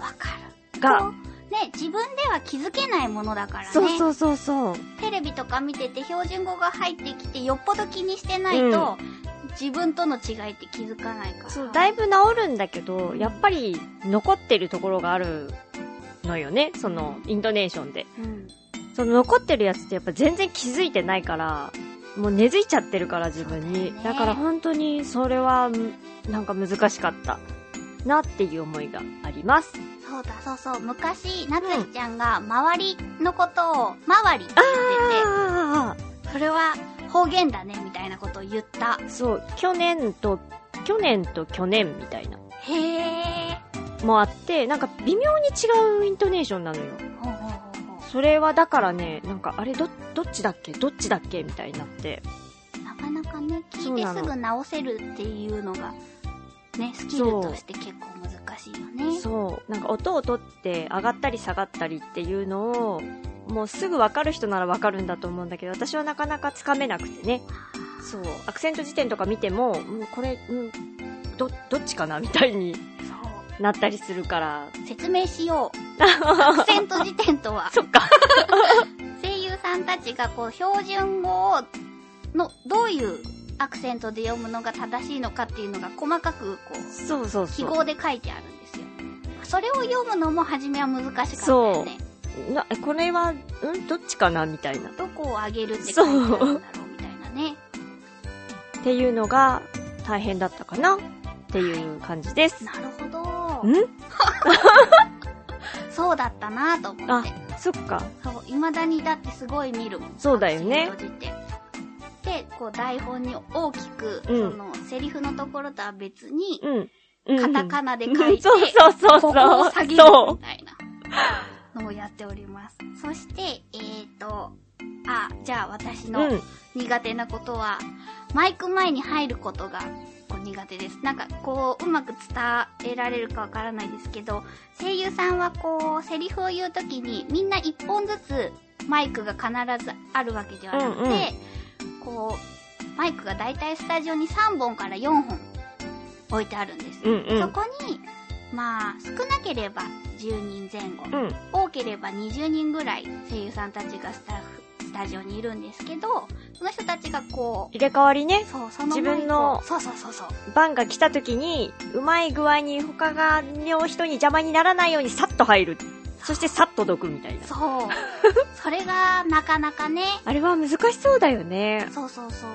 わかる。がこ、うね、自分では気づけないものだからね。そうそうそうそう。テレビとか見てて標準語が入ってきてよっぽど気にしてないと、自分との違いって気づかないから。そうだいぶ治るんだけど、やっぱり残ってるところがあるのよね、そのイントネーションで。うん。その残ってるやつってやっぱ全然気づいてないから、もう根付いちゃってるから自分そに。うだよねだから本当にそれは、んなんか難しかった。なっていう思いがあります。そうだ、そうそう。昔、なつひちゃんが周りのことを、周りって言ってて、あそれは方言だねみたいなことを言ったあ、そう、去年と、去年と去年みたいな、へえもあって、なんか微妙に違うイントネーションなのよ。ほうほうほうほそれはだからね、なんかあれど、どっちだっけどっちだっけみたいになって。うなかなかねそ聞ういなてのすぐ直せるっていうのがねスキルとして結構難しいよねそう。なんか音を取って上がったり下がったりっていうのを、もうすぐわかる人ならわかるんだと思うんだけど、私はなかなかつかめなくてね。そう。アクセント辞典とか見ても、うんこれ、うんど、どっちかなみたいにそうなったりするから。説明しよう アクセント辞典とはそっか。声優さんたちがこう標準語をのどういうアクセントで読むのが正しいのかっていうのが細かくこうそうそう記そう。号で書いてあるんですよそれを読むのも初めは難しかったよねなこれは、うんどっちかなみたいな。どこを上げるって書いてあるんだろうみたいなね。っていうのが大変だったかなっていう感じです。なるほど。ん そうだったなぁと思って。そっか。そう、未だにだってすごい見るもん。そうだよねアクセント辞典ってこう台本に大きく、うんそのセリフのところとは別に、うん。うん。カタカナで書いて、 そうそうそうそこう。こを下げるみそたいなのをやっております。そして、えーと、あ、じゃあ私う。のうん。苦手なことは、マイク前に入ることがこう苦手です。なんかこう、うまく伝えられるかわからないですけど、声優さんはこう、セリフを言うときに、みんな一本ずつマイクが必ずあるわけではなくて、うんこう、マイクがだいたいスタジオに3本から4本置いてあるんです。うんうそん。こに、まあ、少なければ10人前後、うん。多ければ20人ぐらい声優さんたちがスタッフ、スタジオにいるんですけど、その人たちがこ入れ替わりねう、。そう、その自マ分のイクをそうそうそうそう。番が来た時に、うまい具合に他が、の人に邪魔にならないようにさっと入る。そしてさっとどくみたいな。そう。それがなかなかね、あれは難しそうだよね。そうそうそう。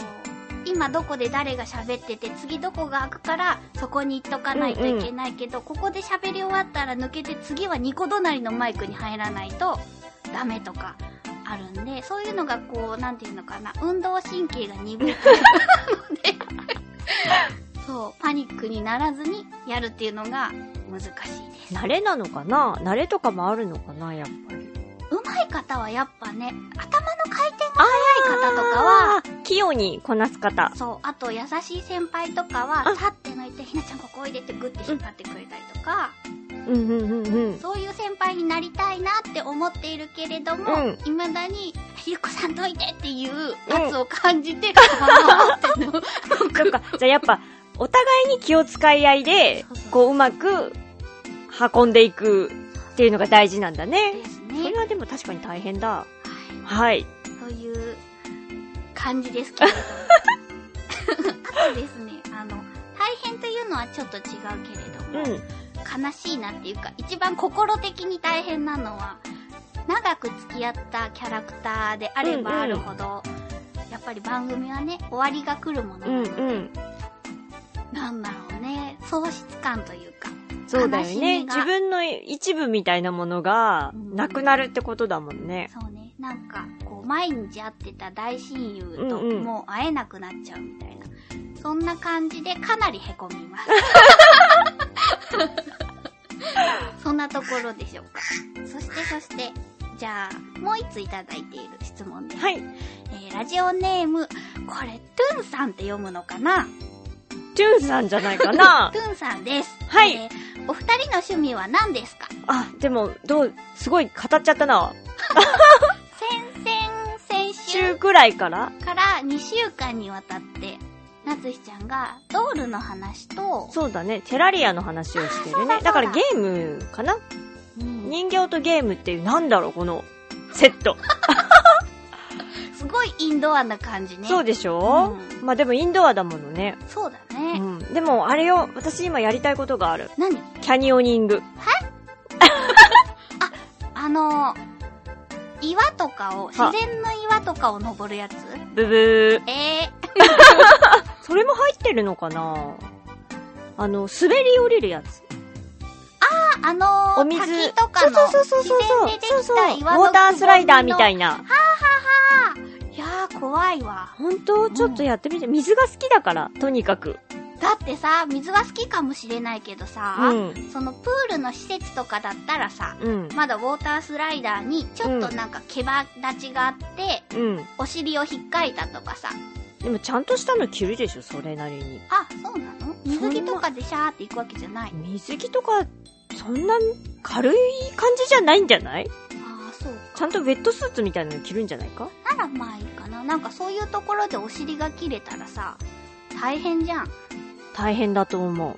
今どこで誰が喋ってて、次どこが開くから、そこに行っとかないといけないけど、ここで喋り終わったら抜けて、次は2個隣のマイクに入らないと、ダメとか、あるんで、そういうのがこう、なんていうのかな、運動神経が鈍いタイプなので、そう、パニックにならずにやるっていうのが難しいです。慣れなのかな慣れとかもあるのかなやっぱり。上手い方はやっぱね、頭の回転が速い方とかは、あー、器用にこなす方。そう、あと優しい先輩とかは、さって抜いて、ひなちゃんここおいでってグッて引っ張ってくれたりとか、うんうんうんうん。そういう先輩になりたいなって思っているけれども、うん未だに、ゆっこさんどいてっていう圧を感じて、こ のままってそっか。じゃあやっぱ、お互いに気を使い合いでそうそう、こううまく運んでいくっていうのが大事なんだのね。ですそねれ。はでも確かに大変だ。ははい。い。という感じですけれども。 あとですね、あの、大変というのはちょっと違うけれども、うん。悲しいなっていうか一番心的に大変なのは長く付き合ったキャラクターであればあるほど、やっぱり番組はね終わりが来るもの、うんうん。なんだろうね喪失感というかそうだよ悲しね。みが自分の一部みたいなものがうんなくなるってことだもんね。そうねなんかこう毎日会ってた大親友とうんうんもう会えなくなっちゃうみたいな、そんな感じでかなりへこみ ますそんなところでしょうかそしてそしてじゃあもう一ついただいている質問ですはい。えーラジオネーム、これ、トゥンさんって読むのかなチュンさんじゃないか なトゥンさんです。はいえーお二人の趣味は何ですかあ、でも、どう、すごい語っちゃったな。先々、先週週くらいからから2週間にわたって、なつひちゃんが、ドールの話と、そうだね。テラリアの話をしあてるーそうだそうね。だだからゲームかなうん人形とゲームっていう、なんだろう、このセット。すごいインドアな感じね。そうでしょ、まあでもインドアだものね。そうだうね。ん。でもあれを、私今やりたいことがある。何キャニオニング。あのー、岩とかを、自は然の岩とかを登るやつブブー。えー、それも入ってるのかなあの、滑り降りるやつ。あのー、お水。滝とかの、そうそうそうそう自然ででそう。きそうたそう。ウ岩のォータースライダーみたい。いな。いやー、怖いわ。本当ちょっとやってみて。水が好きだから、とにかく。だってさ、水は好きかもしれないけどうさ、ん。そのプールの施設とかだったらさ、うん。まだウォータースライダーにちょっとなんか毛羽立ちがあって、うん。お尻を引っかいたとかさ、でもちゃんとしたの着るでしょ、それなりに。あ、そうなの水着とかでシャーって行くわけじゃない。水着とか、そんな軽い感じじゃないんじゃないああ、そうちゃんとウェットスーツみたいなの着るんじゃないかならまあいいかな。なんかそういうところでお尻が切れたらさ、大変じゃん。大変だと思う。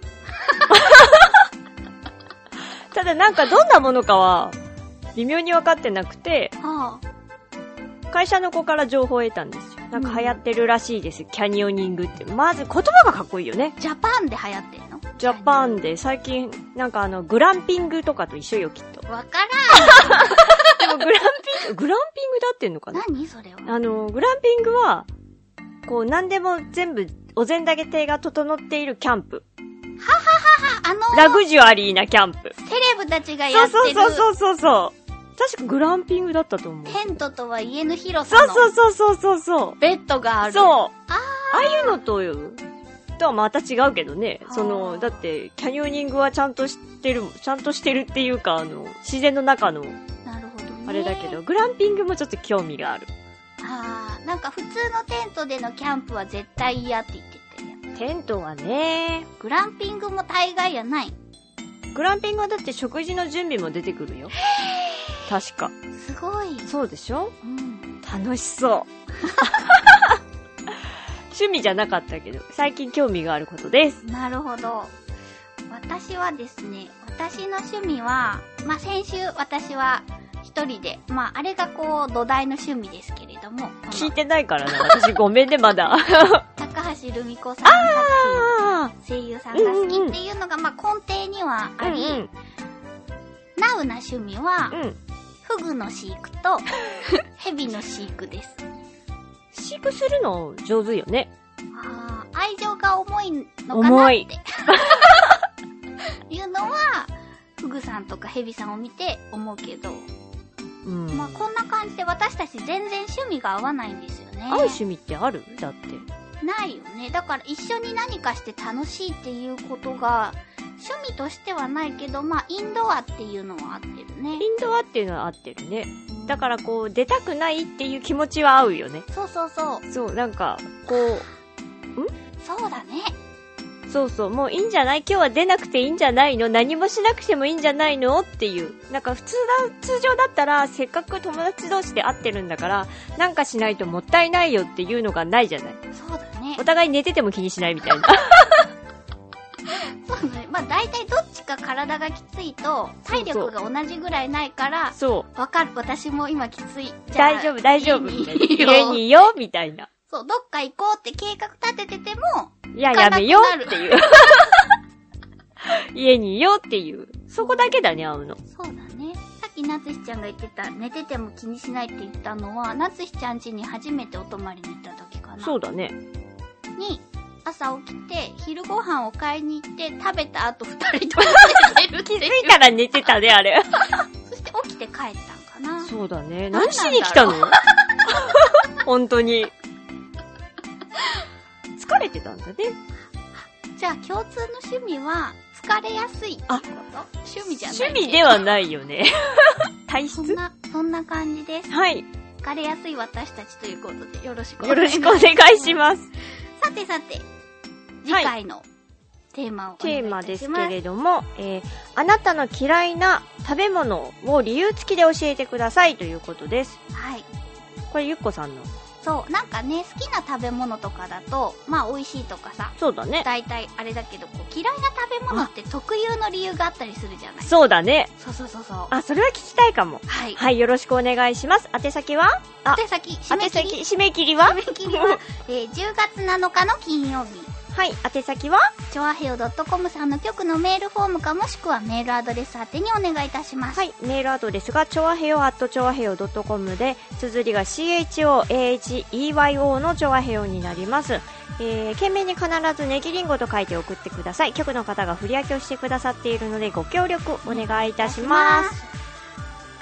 ただなんかどんなものかは、微妙に分かってなくて、ああ、会社の子から情報を得たんですよ。なんか流行ってるらしいですよ、キャニオニングって。まず言葉がかっこいいよね。ジャパンで流行ってんのジャパンで最近、なんかあの、グランピングとかと一緒よ、きっと。わかでもグランピング、グランピングだってんのからん。な何それは。あの、グランピングは、こう、何でも全部、お膳だけ亭が整っているキャンプ。あ、あの、ラグジュアリーなキャンプ。セレブたちがやそっうてる。そうそうそうそうそう。確かグランピングだったと思う。テントとは家の広そさうそうのそうそうそうそう。ベッドがある。そう。あああいうのと、とはまた違うけどねあ。ーその、だって、キャニオニングはちゃんとしてる、ちゃんとしてるっていうか、あの、自然の中の、なるほどね。あれだけど、グランピングもちょっと興味がある。あーなんか普通のテントでのキャンプは絶対嫌って言ってたよ。テントはね、グランピングも大概やない。グランピングはだって食事の準備も出てくるよ。確か。すごい。そうでしょうん。楽しそう。 趣味じゃなかったけど、最近興味があることです。なるほど。私はですね、私の趣味は、まあ、先週私は一人で、まあ、あれがこう土台の趣味ですけれども、この聞いてないからな。私ごめんね、まだ。あ高橋留美子さんが好 あき、声優さんが好きっていうのが、まあ、根底にはうあんり、うん。ナウな趣味は、うん。フグの飼育 と、ヘビの飼育です。飼育するの上手よね。あー愛情が重いのかなっ重てい。 いうのは、フグさんとかヘビさんを見て思うけど、うん。まあこんな感じで私たち全然趣味が合わないんですよね。合う趣味ってあるだって。ないよね。だから一緒に何かして楽しいっていうことが、趣味としてはないけど、まあインドアっていうのは合ってるねイ。ンドアっていうのは合ってるね。だからこう、出たくないっていう気持ちは合うよね。そうそうそう。そう、なんか、こう、そうだね。そうそう、もういいんじゃない今日は出なくていいんじゃないの何もしなくてもいいんじゃないのっていう。なんか普通だ、通常だったら、せっかく友達同士で会ってるんだから、なんかしないともったいないよっていうのがないじゃないそうだねお。互い寝てても気にしないみたいな。そうだね。まあ大体どっちか体がきついと、体力が同じぐらいないから、 そわかる。私も今きつい。う。大丈夫、大丈夫。家みたにいなよ家にいようみたいな。そう、どっか行こうって計画立ててても、いや、行かやなくめよなうるっていう。 家にいようっていう。そこだけだね、会うの。そうだね。さっきなつひちゃんが言ってた、寝てても気にしないって言ったのは、なつひちゃん家に初めてお泊まりに行った時かな。そうだね。に、朝起きて、昼ご飯を買いに行って、食べた後二人とも寝てるっていう。見たら寝てたね、あれ。そして起きて帰ったんかな。そうだね。なんなんだろう何しに来たの 本当に。疲れてたんだね。じゃあ共通の趣味は、疲れやすいってこと趣味じゃない趣味ではないよね。 体そ質んな、そんな感じです。はい。疲れやすい私たちということで、よろしくおよ願いろししくまおす。願いします。さてさて、次回のテーマをお願い テいーマたでしすます。けれども、えー、あなたの嫌いな食べ物を理由付きで教えてくださいということです。はい。これゆっこさんの。そう、なんかね、好きな食べ物とかだと、まあ美味しいとかさ、そうだね。大体あれだけど、こう嫌いな食べ物って特有の理由があったりするじゃないそうだね。そうそうそうそう。あ、それは聞きたいかも。はい。はい、よろしくお願いします。宛先はあ宛先、締宛め切先、り。締め切りは締め切りは、えー10月7日の金曜日。はい、宛先はチョアヘオ .com さんの局のメールフォームかもしくはメールアドレス宛てにお願いいたします。はい、メールアドレスが、ちょわへよ at ちょわへよ .com で、綴りが CHOAHEYO のちょわへよになります。えー、懸命に必ずネギリンゴと書いて送ってください。局の方が振り分けをしてくださっているので、ご協力お願いいたします。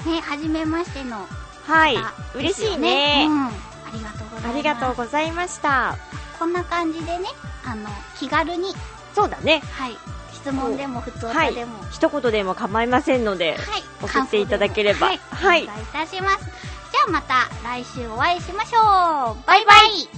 す。ね、はじめましてのはいあ、嬉しいですよね。うん。ありがとうございます。ありがとうございました。こんな感じでね、あの、気軽に、そうだね。はい、質問でも、普通歌でも、はい、一言でも構いませんので、送っていただければ感想でもはい、はいお願いいたします。じゃあまた来週お会いしましょう。バイバイ